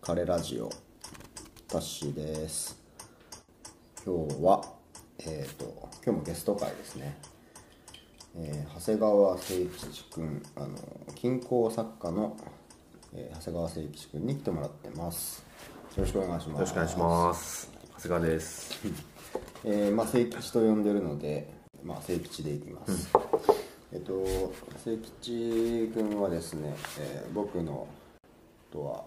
彼ラジオタッシーです今日はえっ、と今日もゲスト会ですね、えー長谷川誠一君あの近郊作家の、えー長谷川誠一君に来てもらってますよろしくお願いしますよろしくお願いします。長谷川です。えーまあ、聖吉と呼んでるので、まあ、聖吉でいきます、えっと聖吉君はですね、えー僕のとは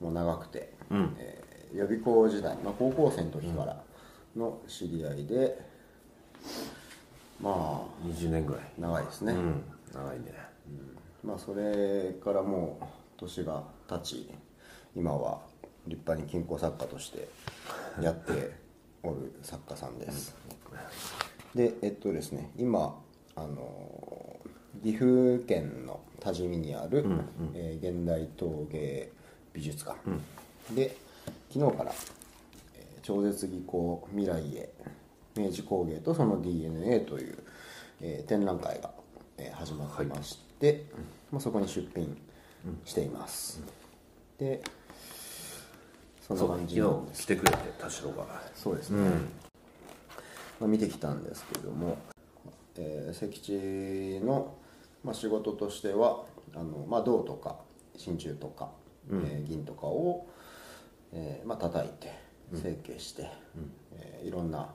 もう長くて、えー予備校時代、まあ、高校生の時からの知り合いで、まあ20年ぐらい。長いですね、うん、長いね。まあ、それからもう年が経ち今は立派に金庫作家としてやっておる作家さんですでえっとですね今あの岐阜県の多治見にある、えー現代陶芸美術館、で昨日から、えー超絶技巧未来へ明治工芸とその DNA という、えー展覧会が、えー始まってまして、まあ、そこに出品しています、でそんなそう、感昨じなんで日す来てくれて、田代が。そうですね、まあ、見てきたんですけども、えー、関地の、まあ、仕事としてはあの、まあ、銅とか真鍮とか、えー銀とかを、えーまあ叩いて成形して、えーいろんな、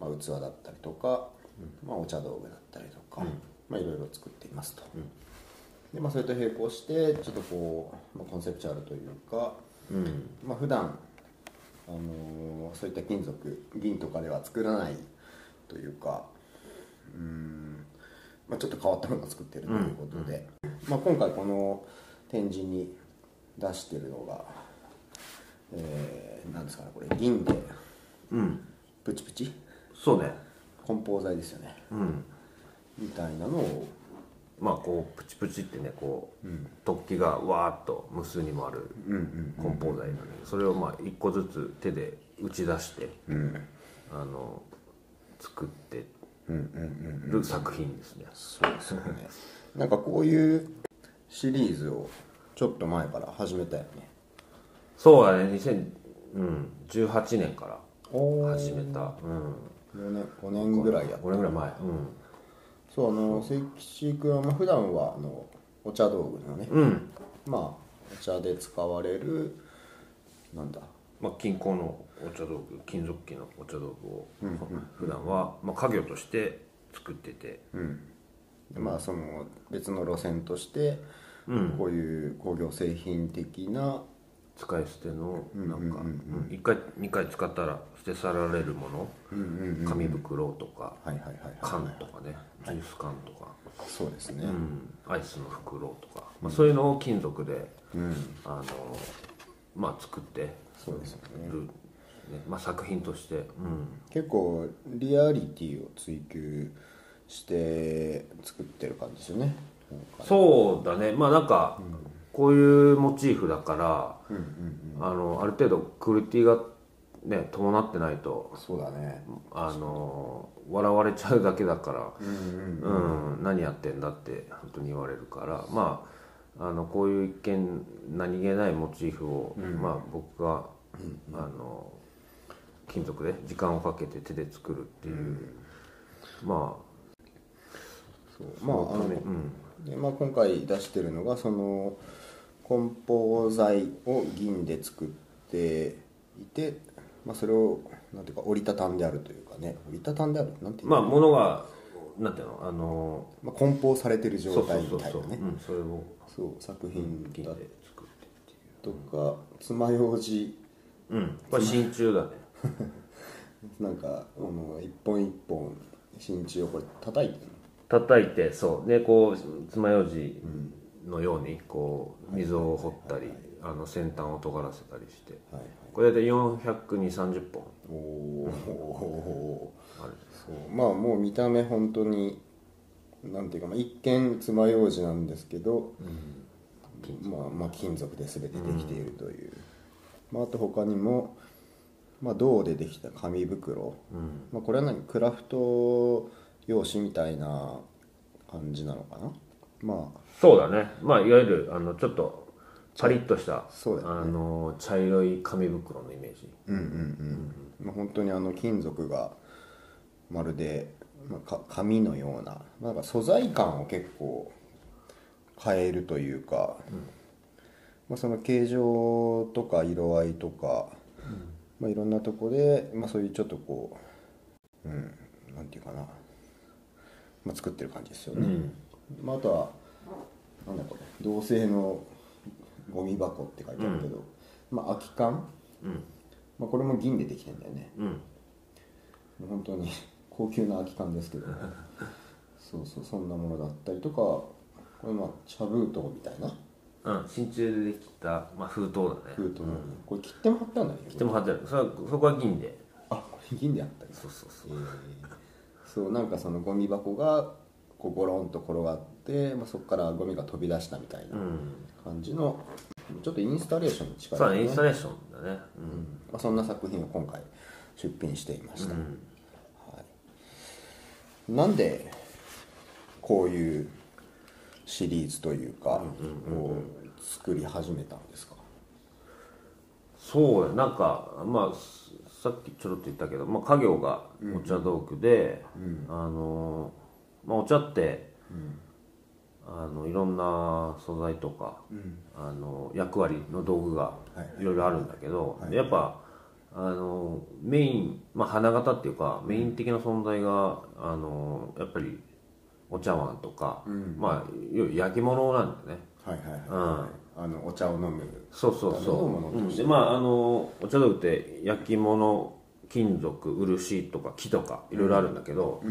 まあ、器だったりとか、まあ、お茶道具だったりとか、まあ、いろいろ作っていますと。でまあ、それと並行してちょっとこう、まあ、コンセプチュアルというか、まあ普段あのーそういった金属銀とかでは作らないというかうーん、まあ、ちょっと変わったものを作ってるということで、まあ、今回この展示に出してるのが、えー、なんですかねこれ銀でうん。プチプチそうね。梱包材ですよねうん。みたいなのをまあこうプチプチってね、こう、突起がわーっと無数にもある梱包材なんだけど、それをまあ一個ずつ手で打ち出して、あの作ってる作品ですね。そうですよねなんかこういうシリーズをちょっと前から始めたよねそうだね。2018年からお始めた。うん。 4年5年ぐらいやっこれぐらい前。うん。そうあの関市君はまあ普段はあのお茶道具のね、うん。まあお茶で使われるなんだまあ、金工のお茶道具金属器のお茶道具を普段はまあ家業として作ってて、でまあその別の路線として、こういう工業製品的な使い捨てのなんかうん一回二回使ったら捨て去られるもの、紙袋とかはいはいはいは缶とかねジュース缶とか、いそうですね、うん、アイスの袋とか、まあ、そういうのを金属で、あのまあ作ってそうですよねる、ねまあ、作品として、うん、結構リアリティを追求して作ってる感じですよねそうだねまあなんか、こういうモチーフだから、あのある程度クオリティがね伴ってないとそうだねあの笑われちゃうだけだから、うん何やってんだって本当に言われるからまああのこういう一見何気ないモチーフを、まあ、僕が、あの金属で時間をかけて手で作るっていう、まあまああの、でまあ、今回出してるのがその梱包材を銀で作っていて、まあ、それをなんていうか折りたたんであるというかね折りたたんであるなんていうのまあ物がなんていうのあのまあ、梱包されてるそ状うそ態うみそうたいそう、なねうん、それをそう作品銀だで作ってっていとか爪楊枝ううんこれ真鍮だねなんかあの一本一本真鍮をこれ叩いてる叩いてそうでこう爪楊枝のようにこう溝を掘ったりあの先端を尖らせたりしてのはいこれで4002030本おおあるそうまあもう見た目本当になんていうか、まあ、一見爪楊枝なんですけど、まあ、まあ金属で全てできているという、まあ、あと他にも、まあ、銅でできた紙袋、まあ、これは何クラフト用紙みたいな感じなのかなまあそうだねまあいわゆるあのちょっとパリッとしたそうだよねあの茶色い紙袋のイメージうんうんうん、まあ、本当にあの金属がまるで、まあ、か紙のようななんか素材感を結構変えるというか、まあ、その形状とか色合いとか、まあ、いろんなとこで、まあ、そういうちょっとこう、うん、なんていうかな、まあ、作ってる感じですよね、まあ、あとはなんだこれ銅製のゴミ箱って書いてあるけど、まあ、空き缶うんまあ、これも銀でできてんだよねうんもう本当に高級な空き缶です けどそうそうそんなものだったりとかこれまあ茶封筒みたいなうん真鍮でできた、まあ、封筒だね封筒、これ切手も貼ってあるんだけ切手も貼ってあるそれはそこは銀であこれ銀であったりそうそうそうそうなんかそのゴミ箱がこうゴロンと転がって、まあ、そこからゴミが飛び出したみたいなうん感じの、ちょっとインスタレーションに近いそうだねインスタねレーションだねううんんまあ、そんな作品を今回出品していました、はい、なんでこういうシリーズというかを作り始めたんですかそうだなんかまあすさっきちょろっと言ったけど、まあ、家業がお茶道具で、あのまあ、お茶って、あのいろんな素材とか、あの役割の道具がいろいろあるんだけど、やっぱあのメイン、まあ、花形っていうかメイン的な存在があのやっぱりお茶碗とか、まあいわゆる焼き物なんだよね。はいはいはい、うんあのお茶を飲むそうそうそ食べ物う、うんでまああのお茶道具って焼き物金属漆とか木とかいろいろあるんだけど、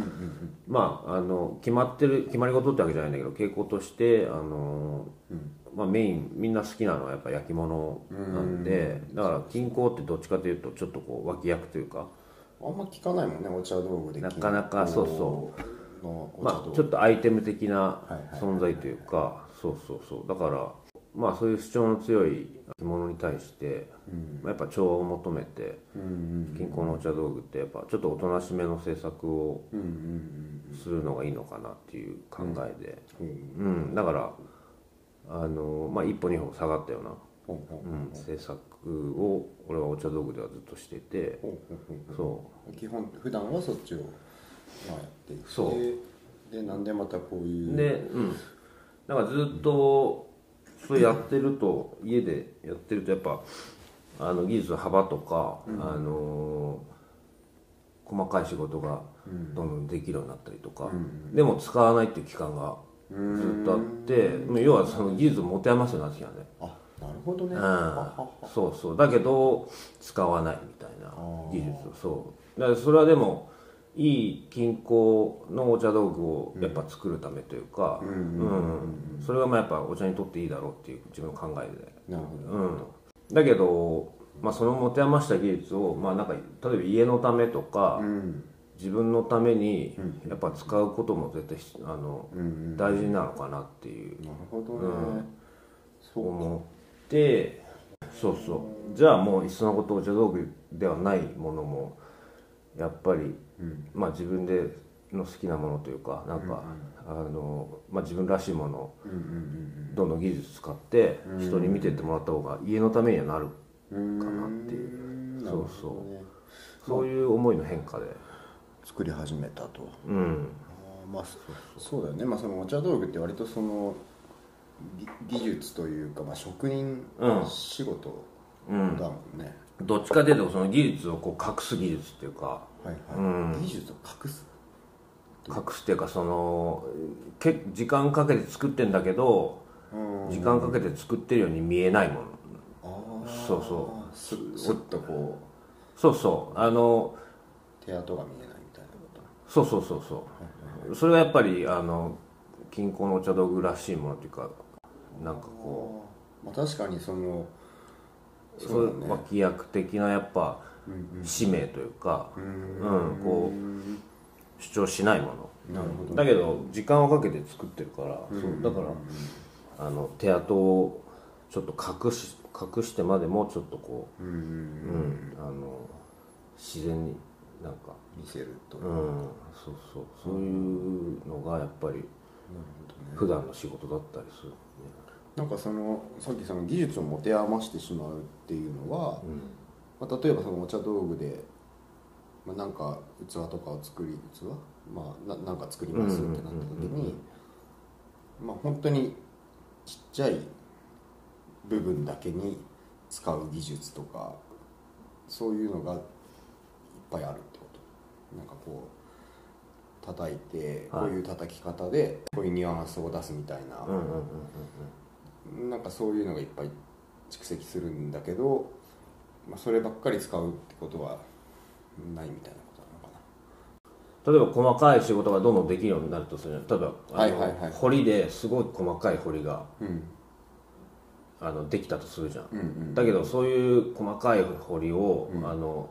まああの決まってる決まり事ってわけじゃないんだけど傾向としてあの、まあ、メインみんな好きなのはやっぱ焼き物なんでだから金工ってどっちかというとちょっとこう脇役というか、あんま聞かないもんねお茶道具でなかなかそうそうのお茶ま道あ、具、ちょっとアイテム的なはいはい存在というかそうそうそうだからまあそういう主張の強い着物に対して、まあやっぱ調を求めて金庫のお茶道具ってやっぱちょっとおとなしめの制作をするのがいいのかなっていう考えで、うんだからあの、まあ、一歩二歩下がったような、ほんほんうん、制作を俺はお茶道具ではずっとしててほんほんほんそう基本普段はそっちをまあやっていてそうでなんでまたこういうで、うん、なんかずっとそうやってると家でやってるとやっぱあの技術の幅とか、あのー細かい仕事がどんどんできるようになったりとか、でも使わないっていう期間がずっとあって、まあ要はその技術を持て余すようになってきたねあなるほどね、うん、そうそうだけど使わないみたいな技術をそうだからそれはでもいい金工のお茶道具をやっぱ作るためというかうんそれはまあやっぱお茶にとっていいだろうっていう自分の考えで、なるほどうん、だけど、まあ、その持て余した技術を、まあ、なんか例えば家のためとか、自分のためにやっぱ使うことも絶対ひあの、大事なのかなっていうなるほどね、そう思ってそうそうじゃあもういっそのことお茶道具ではないものもやっぱり、まあ自分での好きなものというかなんか、あのまあ、自分らしいものをどんどん技術使って人に見てってもらった方が家のためにはなるかなっていうそうそうそういう思いの変化で作り始めたとうんあーまあそそうだよね、まあ、そのお茶道具って割とそのぎ技術というか、まあ、職人うん仕事だうんもんね、どっちかというとその技術をこう隠す技術っていうかはいはい、技術を隠す隠すっていうかそのけ時間かけて作ってんだけど時間かけて作ってるように見えないものあーそうそうすすっとこそうそうあのう手跡が見えないみたいなことそうそうそうそうそれがやっぱりあの金庫のお茶道具らしいものっていうかなんかこまあ、確かにそのうそういう脇役的なやっぱ使命というかうんこう主張しないものなるほどだけど時間をかけて作ってるから、そうだからあの手跡をちょっと隠し隠してまでもちょっとこう、うんあの自然になんか、見せると、うん、そうそうそういうのがやっぱり普段の仕事だったりする、ねなんかそのさっきその技術を持て余してしまうっていうのは、まあ、例えばそのお茶道具で、まあ、なんか器とかを作り器、まあ、ななんか作りますってなった時に、まあ、本当にちっちゃい部分だけに使う技術とかそういうのがいっぱいあるってことなんかこう叩いてこはいういう叩き方でこういうニュアンスを出すみたいな。うんうんうんうんなんかそういうのがいっぱい蓄積するんだけど、まあ、そればっかり使うってことはないみたいなことなのか例えば細かい仕事がどんどんできるようになるとするじゃん例えばあの、はいはいはい彫りですごい細かい彫りがな、うん、あのできたとするじゃん、うんうんだけどそういう細かい彫りを、うんあの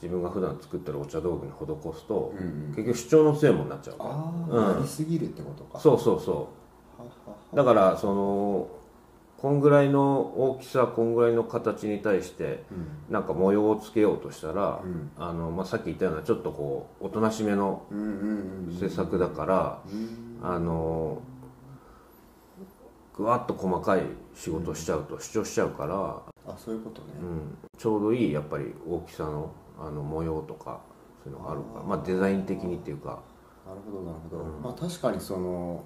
自分が普段作ってるお茶道具に施すと、うんうん結局主張の強いものになっちゃうからああ、うんなりすぎるってことかそうそうそははうだからそのこんぐらいの大きさこんぐらいの形に対してうんなんか模様をつけようとしたら、うんあのまあ、さっき言ったようなちょっとこうおとなしめのうんうんうん制作だから、うんあのぐわっと細かい仕事をしちゃうと主張しちゃうから、あそういうことね、うん、ちょうどいいやっぱり大きさのあの模様とかそういうのがあるからまあ、デザイン的にっていうかなるほどなるほど、まあ確かにその、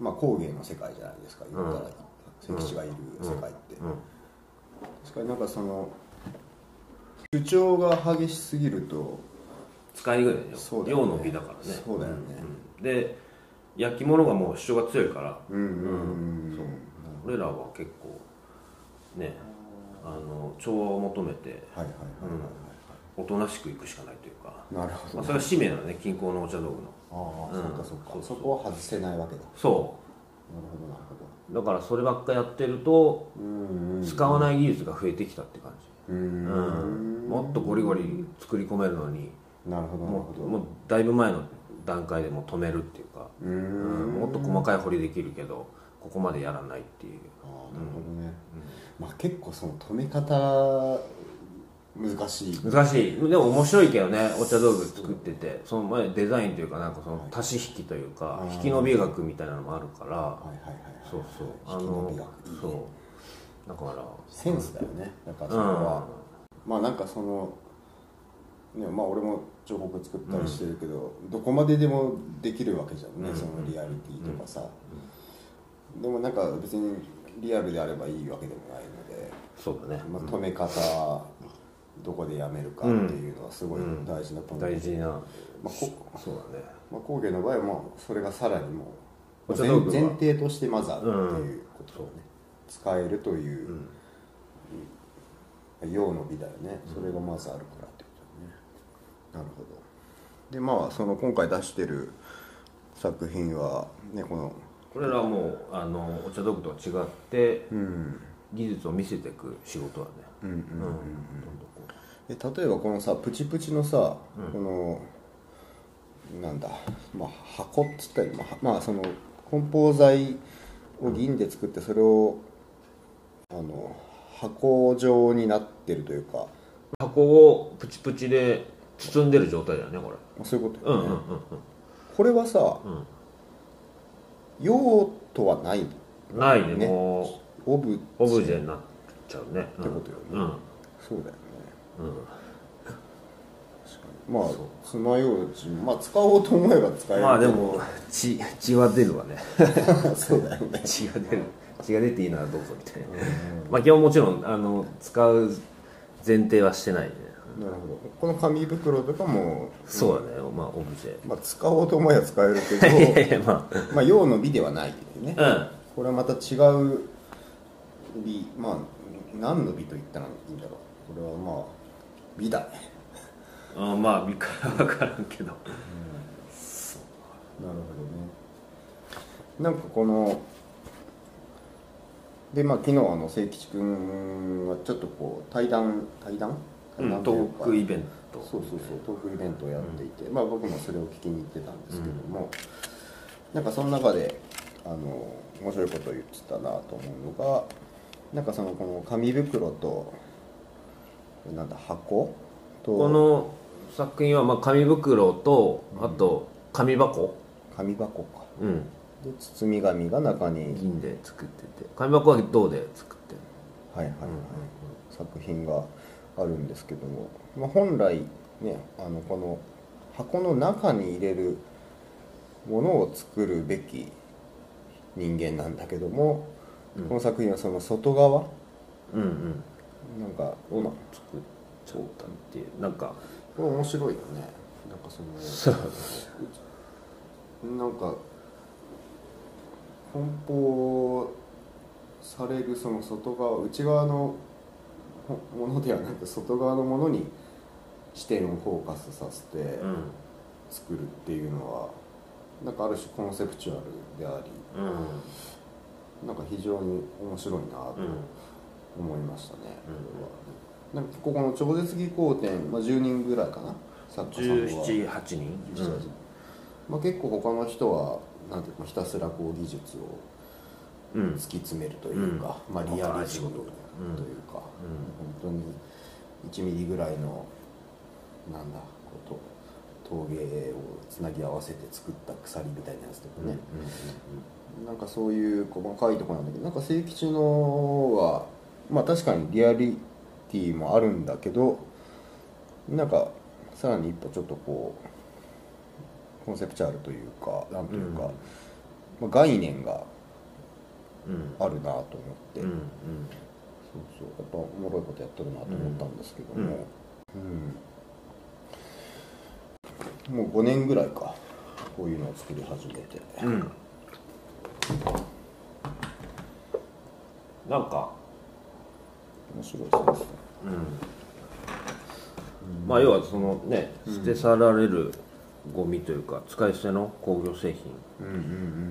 まあ、工芸の世界じゃないですか言ったら、関地がいる世界って、うん確かになんかその主張が激しすぎると使いにくいんだよそうだよね量の美だからねそうだよね、うんで焼き物がもう主張が強いからうんうんうんそう俺らは結構ねあの調和を求めてはいはいはいはいはおとなしくいくしかないというか、いなるほまど、あ、それは使命なのね金工のお茶道具のああ、うんそっかそっかそうそそうこは外せないわけだなるそほどなるほどうだからそればっかやってるとうんうん使わない技術が増えてきたって感じううんんもっとゴリゴリ作り込めるのになるほどなるもほうどもうだいぶ前の段階でもう止めるっていうか、ううんん、もっと細かい掘りできるけどここまでやらないっていうああなるほどね、まあ結構その止め方難しい難しいでも面白いけどねお茶道具作っててその前デザインというかなんかその足し引きというか引きの美学みたいなのもあるからはいはいはいはいそうそうあ引き伸のびがいいそうだからセンスだよねだからそこうんは、まあなんかそのねまあ俺も彫刻作ったりしてるけど、どこまででもできるわけじゃんね、そのリアリティとかさ、でもなんか別にリアルであればいいわけでもないので、そうだねまあ、止め方、どこでやめるかっていうのはすごい大事なポイント、大事なまあこそうだねまあ、工芸の場合はもうそれがさらにもうお茶前道具は前提としてまずあるっていうことをね、使えるという、用の美だよねそれがまずあるからってことだね、なるほどでまあその今回出してる作品はねこのこれらはもうあのお茶道具とは違ってうん技術を見せていく仕事はねうんうんうんどんどんこうえ例えばこのさプチプチのさ、このなんだ、まあ、箱っつったり、まあ、まあその梱包材を銀で作ってそれを、あの箱状になってるというか箱をプチプチで包んでる状態だよねこれまあそういうことうよんね、うんうんこれはさ、ん用途はないうんないねねもオブうオブジェになっちゃうねっててことよねうんうんそうだよねうんまあ爪楊枝まあ使おうと思えば使えるまあでも血血は出るわね そうだよね 血が出る血が出ていいならどうぞみたいなまあ基本もちろんあの使う前提はしてないねなるほどこの紙袋とかもそうだねまあオブジェまあ、使おうと思えば使えるけ いどやいやまあまあ用の美ではないよねうんこれはまた違う美まあ何の美と言ったらいいんだろうこれはまあ美だねあまあ見から分からんけどなるほどねなんかこのでまあ昨日あの清吉君はちょっとこう対談対談う対ん談トというーかクイベントそうそうそうトークイベントをやっていて、まあ、僕もそれを聞きに行ってたんですけども、なんかその中であの面白いことを言ってたなと思うのがなんかそのこの紙袋となんだ箱とこの作品はまあ紙袋とあと紙箱、紙箱かうんで包み紙が中に銀で作ってて紙箱は銅で作ってるはいはいはい、作品があるんですけども、まあ、本来ねあのこの箱の中に入れるものを作るべき人間なんだけども、うんこの作品はその外側うんうんなんかをまあ作っちゃったっていうなんかこれ面白いよねなんかそのそうなんか梱包されるその外側内側のほものではなく外側のものに視点をフォーカスさせてうん作るっていうのはなんかある種コンセプチュアルでありうんうんなんか非常に面白いなと思いましたね、これはなんかここの超絶技巧展、まあ、10人ぐらいかな作家さんは178人うんまあ、結構他の人はなんていうかひたすらこう技術をうん突き詰めるというか、まあ、リアリズムといううんか、本当に1ミリぐらいのなんだこと陶芸をつなぎ合わせて作った鎖みたいなやつとかね、なんかそういう細かいところなんだけどなんか清吉のはまあ確かにリアリティもあるんだけどなんかさらに一歩ちょっとこうコンセプチュアルというかなんというか、まあ、概念がうんあるなと思って、うんそうそうやっぱおもろいことやってるなと思ったんですけども、うんもう5年ぐらいかこういうのを作り始めて、うんうんなんか面白いですねまあ要はそのね捨て去られるゴミというか使い捨ての工業製品うんうんう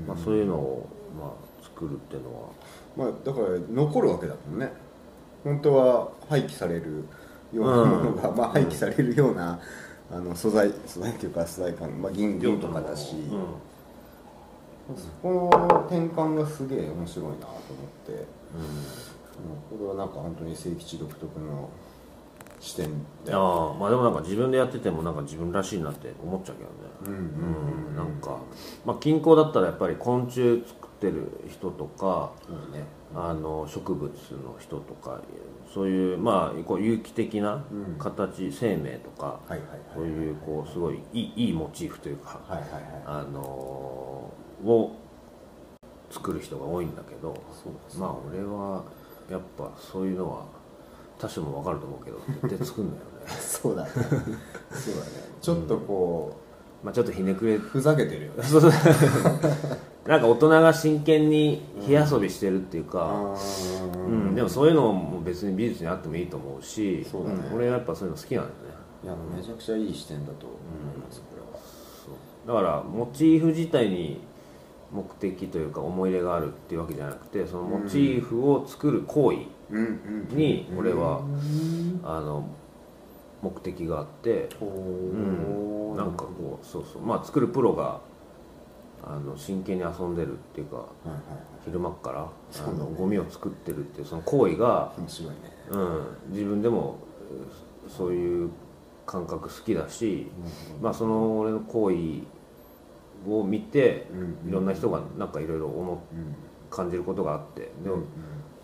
んまあそういうのをまあ作るっていうのはまあ、だから残るわけだもんね本当は廃棄されるようなものが、まあ、廃棄されるような、あの素材素材っていうか素材感、まあ、銀銀とかだし、うんそこの転換がすげえ面白いなと思って、うんこれはなんか本当に清吉独特の視点でああまあでもなんか自分でやっててもなんか自分らしいなって思っちゃうけどねうんうんなんかまあ近郊だったらやっぱり昆虫作ってる人とかそうねあの植物の人とかそういうまあこう有機的な形、生命とか、はいはいそはういいうこうすごいいいいいモチーフというか、はいはいはいあのーを作る人が多いんだけどそうですまあ俺はやっぱそういうのは他者もわかると思うけど絶対作んないよね そうだねそうだねちょっとこまあちょっとひねくれうふざけてるよねそうそうなんか大人が真剣に火遊びしてるっていうか、うんでもそういうのも別に美術にあってもいいと思うしそうだねん俺はやっぱそういうの好きなんだよねいやめちゃくちゃいい視点だと思います、これはだからモチーフ自体に目的というか思い入れがあるっていうわけじゃなくてそのモチーフを作る行為うんうんに俺は、あの目的があって、うんなんかこうそうそうまあ作るプロがあの真剣に遊んでるっていうかはいはい昼間っからそうあだねのゴミを作ってるっていうその行為が、面白いねうん、自分でもえーそういう感覚好きだし、まあその俺の行為を見て、いろんな人がなんかいろいろ思う感じることがあってでも、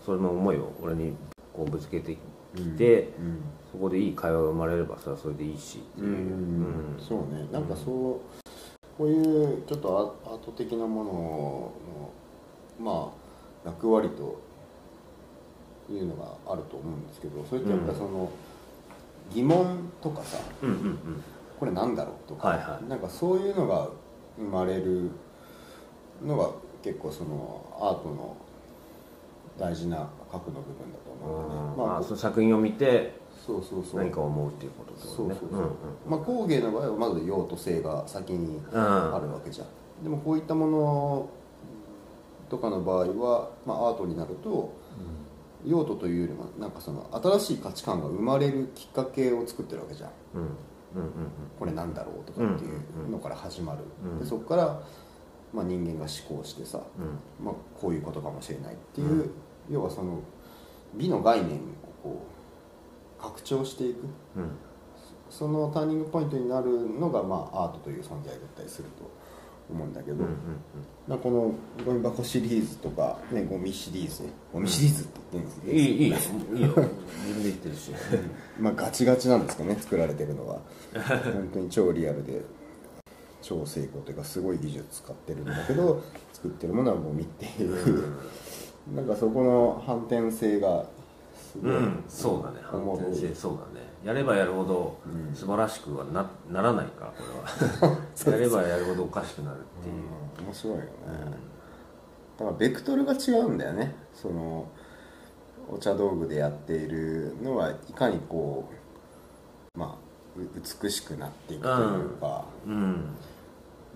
それの思いを俺にこうぶつけてきて、そこでいい会話が生まれればそれはそれでいいしってういんう、うんそうねなんかそう、こういうちょっとアアート的なもののまあ役割というのがあると思うんですけどそれってやっぱその、疑問とかさうんうんうんこれなんだろうとか、はいはいなんかそういうのが生まれるのが結構そのアートの大事な核の部分だと思うんだよね、まあ、まあ、そその作品を見てうそうそう何か思うっていうことってそうこそとうねそう、んんまあ、工芸の場合はまず用途性が先にうんあるわけじゃん、でもこういったものとかの場合は、まあ、アートになると用途というよりもなんかその新しい価値観が生まれるきっかけを作ってるわけじゃんうんうんうんこれなんだろうとかっていうのから始まる、でそこから、まあ、人間が思考してさ、まあ、こういうことかもしれないっていう、要はその美の概念をこう拡張していくうんうんそのターニングポイントになるのが、まあ、アートという存在だったりすると思うんだけど、まあこのゴミ箱シリーズとか、ね、ゴミシリーズゴミシリーズって言ってるんですいいいいよいいよ自分で言ってる しけど、まあ、ガチガチなんですかね作られてるのは本当に超リアルで超成功というかすごい技術使ってるんだけど作ってるものはゴミっていうなんかそこの反転性がすごうい、んそうだね反思う転性そうだねやればやるほど素晴らしくはなならないからこれ はやればやるほどおかしくなるっていう、うん面白いよね、だからベクトルが違うんだよねそのお茶道具でやっているのはいかにこうまあう美しくなっていくというか、うん、ま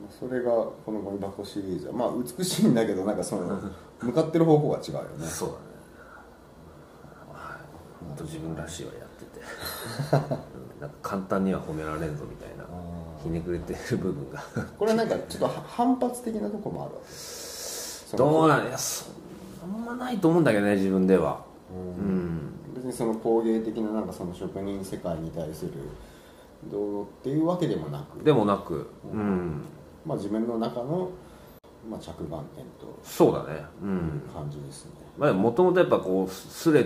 あそれがこのゴミ箱シリーズはまあ美しいんだけどなんかその向かってる方向が違うよねそうだねはいほんと自分らしいわやってて、 うんなんか簡単には褒められんぞみたいなひねくれてる部分 がこれはなんかちょっとは反発的なとこもあるわけそのどうなんいやそんなあんまないと思うんだけどね自分ではうん別にその工芸的ななんかその職人世界に対するどうっていうわけでもなくでもなくうんまあ、自分の中の、まあ、着眼点とそうだねうん感じですね、まあもともとやっぱこうすれ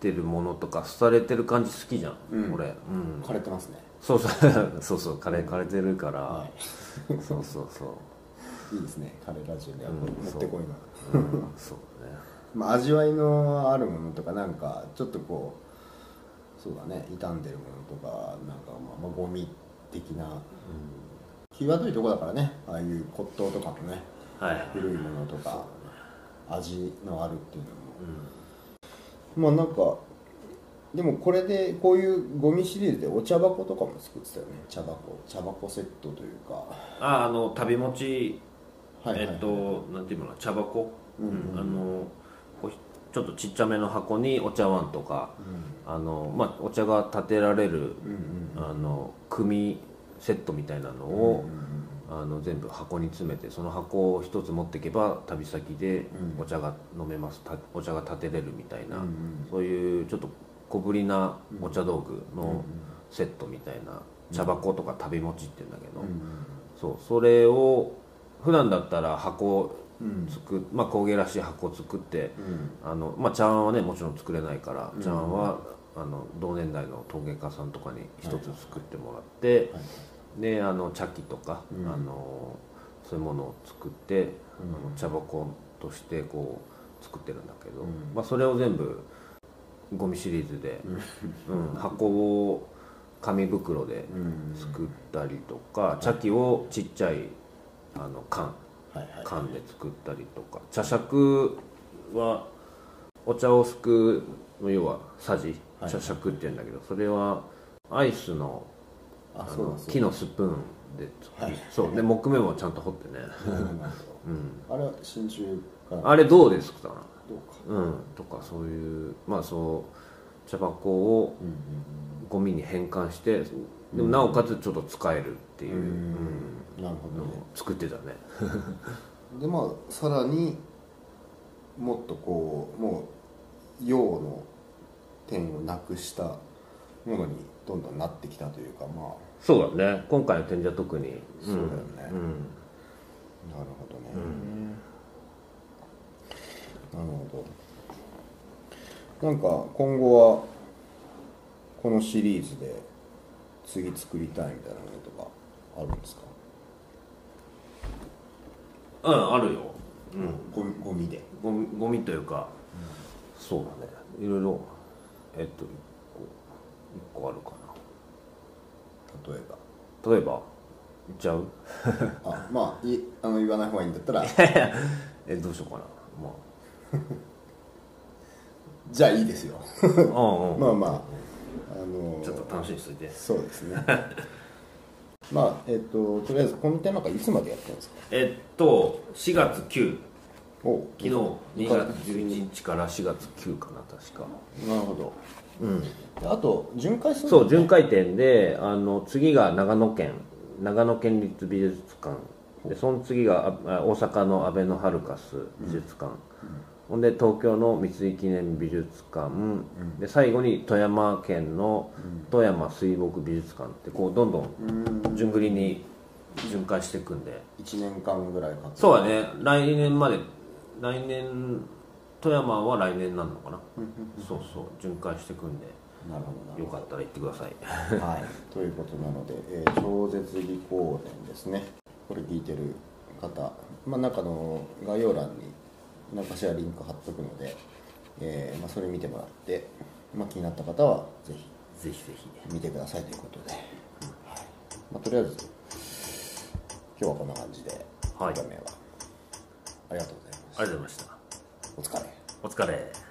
てるものとか廃れてる感じ好きじゃん、俺、うん、枯れてますねそうそうそう そう枯れ枯れてるから、はそうそうそう、い いいですね枯れラジオで、うん持ってこいな、うん、そうだねまあ、味わいのあるものとかなんかちょっとこうそうだね傷んでるものとかなんかまあ、まあ、ゴミ的な、際どいとこだからねああいう骨董とかもねはい古いものとか味のあるっていうのも、まあなんかでもこれでこういうゴミシリーズでお茶箱とかも作ってたよね茶箱茶箱セットというかああの旅持ち、はいはいえっとなんていうのかな茶箱、うんあのこうちょっとちっちゃめの箱にお茶碗とか、あのまあ、お茶が立てられる、あの組セットみたいなのを、あの全部箱に詰めてその箱を一つ持っていけば旅先でお茶が飲めます、たお茶が立てれるみたいな、そういうちょっと小ぶりなお茶道具のセットみたいな、茶箱とか旅持ちって言うんだけど、そうそれを普段だったら箱作、まあ、工芸らしい箱作って、あのまあ、茶碗はねもちろん作れないから、茶碗はあの同年代の陶芸家さんとかに一つ作ってもらって、であの茶器とか、あのそういうものを作って、あの茶箱としてこう作ってるんだけど、まあ、それを全部ゴミシリーズで、うん、箱を紙袋で作ったりとか、茶器をちっちゃいあの缶はいはい缶で作ったりとか茶杓はお茶をすく要はさじはい茶杓って言うんだけどそれはアイスのああそうなんのですよ木のスプーンで作るそうで木目もちゃんと彫ってね あれは真鍮からあれどうですかどうかうん、とかそういうまあそう茶箱をゴミに変換して、でもなおかつちょっと使えるっていう、うんなるほどのねを作ってたねでまあさらにもっとこうもう陽の点をなくしたものにどんどんなってきたというかまあそうだね今回の展示は特にそうだよね、うんうんなるほどね、なるほどなんか今後はこのシリーズで次作りたいみたいなものとかあるんですかうんあるよゴミゴミでゴミゴミというか、そうだねいろいろえっと1個1個あるか例えばな例えば言っちゃうあまあいあの言わない方がいいんだったらえどうしようかなまじゃあいいですよあうんうんまあまああのちょっと楽しみにしといてそうですねまあえっととりあえずこの展なんかいつまでやってるんですかえっと4月9お昨日2月11日から4月9かな確かなるほど、うん、あと巡回するそう巡回展であの次が長野県長野県立美術館でその次がああ大阪の阿部のハルカス美術館、ほんで東京の三井記念美術館、で最後に富山県の富山水墨美術館ってこうどんどん順繰りに巡回していくんで1年間ぐらいかけてそうだね来年まで来年富山は来年になるのかなそうそう巡回していくんでなるほどなるよほかったら行ってくださいどはいということなので、えー超絶技公園ですねこれ聞いてる方まあ中の概要欄に何かしらリンク貼っとくので、えーまあ、それ見てもらって、まあ、気になった方はぜひぜひぜひ見てくださいということで、はいまあ、とりあえず今日はこんな感じではい一回目はありがとうございまありがとうございましたすお疲れお疲れ